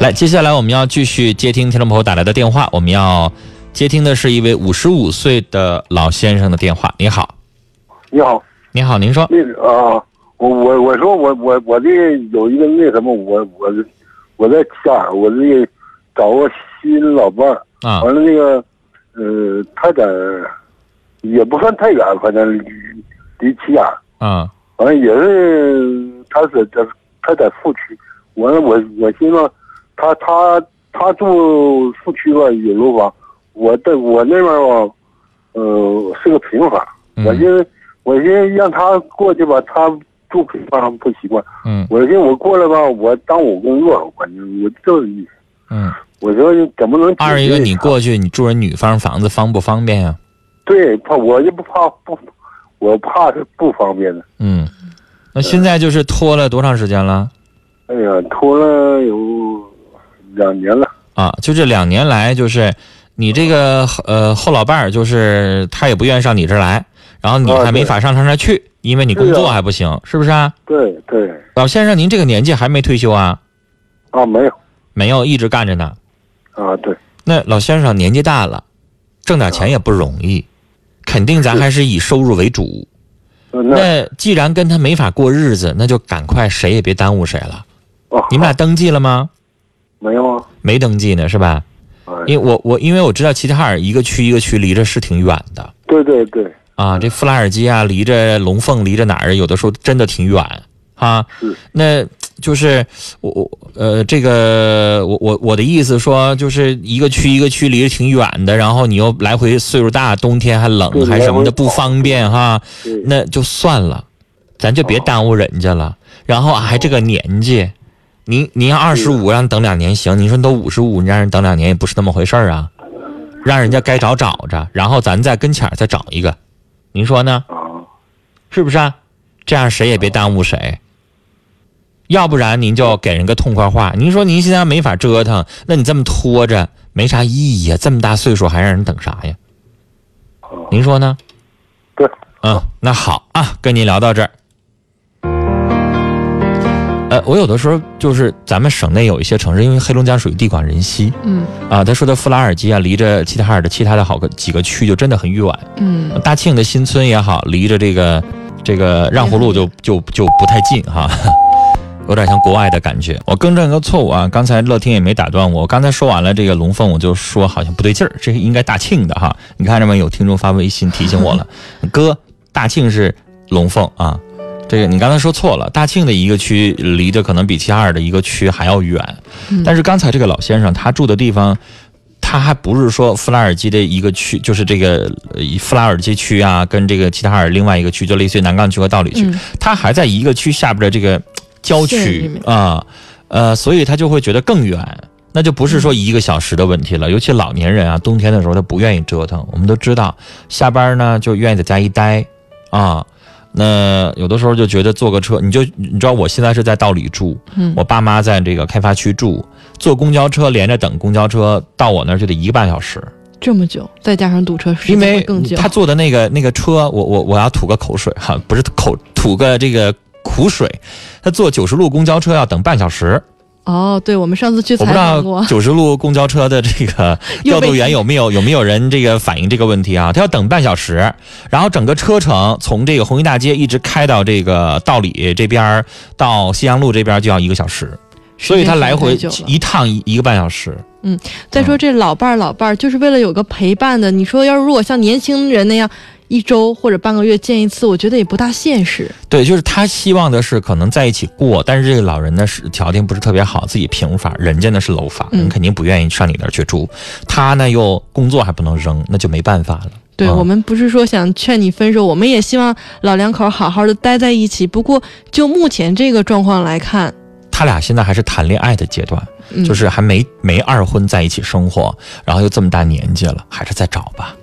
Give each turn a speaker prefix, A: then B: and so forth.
A: 来，接下来我们要继续接听听众朋友打来的电话，我们要接听的是一位五十五岁的老先生的电话。你好，
B: 你好，
A: 你好，您说，
B: 那个啊，我我我说我我我这有一个那什么，我我我在家尔，我这找个新老伴儿，
A: 啊
B: 完了那个，呃，他在也不算太远，反正离离起点儿，
A: 嗯
B: 完了也是他是在他在副区，完了我我寻思他他他住副区吧有楼房，我在我那边吧，呃是个平房，
A: 嗯
B: 我寻思我寻思让他过去吧，他住平房不习惯，
A: 嗯
B: 我寻思我过来吧，我耽误我工作，反正我就是
A: 嗯。
B: 我说怎么能
A: 二一个，
B: 解决
A: 你过去你住人女方房子方不方便呀、
B: 对怕我就不怕不，我怕是不方便的，
A: 嗯，那现在就是拖了多长时间了？
B: 哎呀拖了有两年了。
A: 啊，就这两年来，就是你这个呃后老伴儿，就是他也不愿意上你这儿来，然后你
B: 啊
A: 还没
B: 对
A: 法上他那儿去，因为你工
B: 是
A: 作
B: 啊
A: 还不行，是不是啊？
B: 对对，
A: 老先生，您这个年纪还没退休啊？
B: 啊，没有
A: 没有，一直干着呢。
B: 啊，对
A: 那老先生年纪大了，挣点钱也不容易，肯定咱还是以收入为主。
B: 呃那
A: 那既然跟他没法过日子，那就赶快谁也别耽误谁了。
B: 哦，
A: 你们俩登记了吗？
B: 没有啊？
A: 没登记呢，是吧？
B: 哎，
A: 因为我我因为我知道齐齐哈尔一个区一个区离着是挺远的
B: 对对对，
A: 啊，这富拉尔基啊，离着龙凤，离着哪儿，有的时候真的挺远啊
B: 是。
A: 那就是我我呃，这个我我我的意思说，就是一个区一个区离着挺远的，然后你又来回岁数大，冬天还冷
B: 对
A: 还什么的
B: 来回跑
A: 不方便哈、
B: 对
A: 那就算了，咱就别
B: 哦
A: 耽误人家了。然后啊还这个年纪，您您要二十五让等两年行，您说都五十五，你让人等两年也不是那么回事儿啊。让人家该找找着，然后咱再跟前儿再找一个，您说呢？
B: 啊，
A: 是不是啊？这样谁也别耽误谁。要不然您就给人个痛快话，您说您现在没法折腾，那你这么拖着没啥意义啊呀、这么大岁数还让人等啥呀？
B: 哦
A: 您说呢？
B: 对，
A: 嗯，那好啊，跟您聊到这儿。呃，我有的时候就是咱们省内有一些城市，因为黑龙江属于地广人稀
C: 嗯
A: 啊，他说的富拉尔基啊，离着齐齐哈尔的其他的好个几个区就真的很远。
C: 嗯
A: 大庆的新村也好，离着这个这个让胡路就就就不太近哈， 有点像国外的感觉。我更正一个错误啊，刚才乐天也没打断我，我刚才说完了这个龙凤，我就说好像不对劲儿，这是应该大庆的哈。你看着没？有听众发微信提醒我了， 哥，大庆是龙凤啊。这个你刚才说错了，大庆的一个区离着可能比其他的一个区还要远，
C: 嗯
A: 但是刚才这个老先生他住的地方，他还不是说富拉尔基的一个区，就是这个呃富拉尔基区啊，跟这个齐齐哈尔另外一个区，就类似于南岗区和道里区，
C: 嗯
A: 他还在一个区下边的这个呃郊
C: 县里
A: 区
C: 面
A: 啊、呃，所以他就会觉得更远。那就不是
C: 嗯
A: 说一个小时的问题了，尤其老年人啊，冬天的时候他不愿意折腾。我们都知道，下班呢就愿意在家一待啊。那有的时候就觉得坐个车，你就你知道我现在是在道里住，
C: 嗯
A: 我爸妈在这个开发区住，坐公交车连着等公交车到我那儿就得一个半小时，
C: 这么久，再加上堵车，时
A: 因
C: 间会
A: 为
C: 更久。
A: 他坐的那个那个车，我我我要吐个口水哈，不是口吐个这个苦水，他坐九十路公交车要等半小时，
C: 哦，对，我们上次去
A: 我
C: 采
A: 不知
C: 访
A: 道
C: 过，
A: 九十路公交车的这个调
C: 又被
A: 度员有没有有没有人这个反映这个问题啊？他要等半小时，然后整个车程从这个红旗大街一直开到这个道里这边儿到西洋路这边儿就要一个小时，所以他来回嗯
C: 时间太久了
A: 一趟一一个半小时。
C: 再说这老伴儿，老伴儿就是为了有个陪伴的。你说要是如果像年轻人那样一周或者半个月见一次，我觉得也不大现实。
A: 对，就是他希望的是可能在一起过，但是这个老人呢是条件不是特别好，自己平房，人家呢是楼房，
C: 嗯
A: 人肯定不愿意上你那儿去住。他呢又工作还不能扔，那就没办法了。
C: 对、
A: 嗯
C: 我们不是说想劝你分手，我们也希望老两口好好的待在一起。不过就目前这个状况来看，
A: 他俩现在还是谈恋爱的阶段，
C: 嗯、
A: 就是还没没二婚在一起生活，然后又这么大年纪了，还是再找吧。